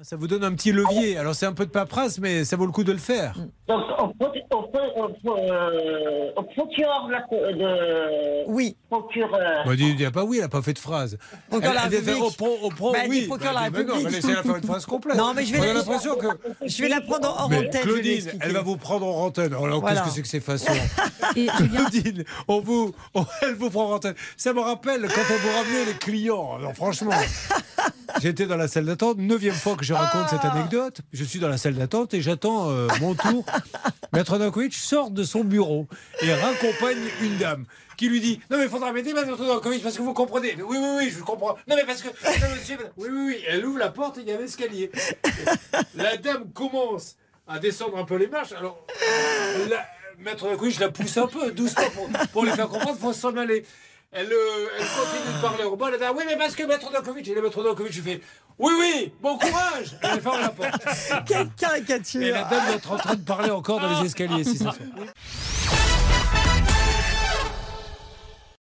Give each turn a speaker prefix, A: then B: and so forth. A: Ça vous donne un petit levier. Alors c'est un peu de paperasse, mais ça vaut le coup de le faire.
B: Donc, au, pro- au pro- au pro- euh, au procureur de la co- de. euh,
C: Oui.
B: Procureur.
A: On m'a dit, il dit, ah bah oui, elle n'a pas fait de phrase.
C: Procureur de la
A: devait faire au
C: République.
A: pro, au pro,
C: Bah, elle dit
A: oui.
C: procureur de
A: Bah,
C: la
A: elle dit, mais non,
C: République.
A: mais laissez-la faire une phrase complète.
C: Non, mais je vais
A: On a
C: la-
A: l'impression que.
C: Je vais la prendre en hors
A: Mais
C: antenne. je vais lui
A: Claudine,
C: expliquer.
A: elle va vous prendre en antenne. Oh là,
C: Voilà.
A: qu'est-ce que c'est que ces façons
D: Et Julien,
A: Claudine, on vous, on- elle vous prend en antenne. Ça me rappelle quand on vous ramenait les clients. Alors franchement, j'étais dans la salle d'attente. Neuvième fois que je raconte cette
C: Ah.
A: anecdote. Je suis dans la salle d'attente et j'attends euh, mon tour. Maître Dankovic sort de son bureau et raccompagne une dame qui lui dit Non mais faudra m'aider, Maître Dankovic, parce que vous comprenez. Oui, oui, oui, je comprends. Non mais parce que. non, monsieur, oui, oui, oui. Elle ouvre la porte et il y a un escalier. La dame commence à descendre un peu les marches. Alors, la, maître de couille, je la pousse un peu, doucement, pour, pour lui faire comprendre, faut s'en aller. Elle, euh, elle continue de parler au bas, elle dit ah Oui, mais parce que Maître Dankovic, et le Maître Dankovic, je fais Oui, oui, bon courage Et Elle ferme la porte.
C: Quelle
A: Et la
C: caricature
A: dame doit être en train de parler encore dans les escaliers, si ça se trouve.